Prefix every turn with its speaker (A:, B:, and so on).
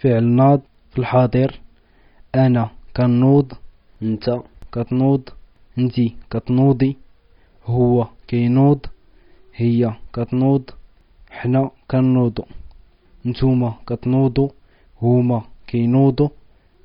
A: فعل ناض في الحاضر أنا كنوض
B: أنت
A: كتنوض انتي كتنوضي هو كينوض هي كتنوض حنا كنوضو نتوما كتنوضو هما كينوضو